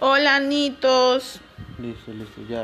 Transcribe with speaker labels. Speaker 1: Hola, Nitos.
Speaker 2: Listo, listo, ya.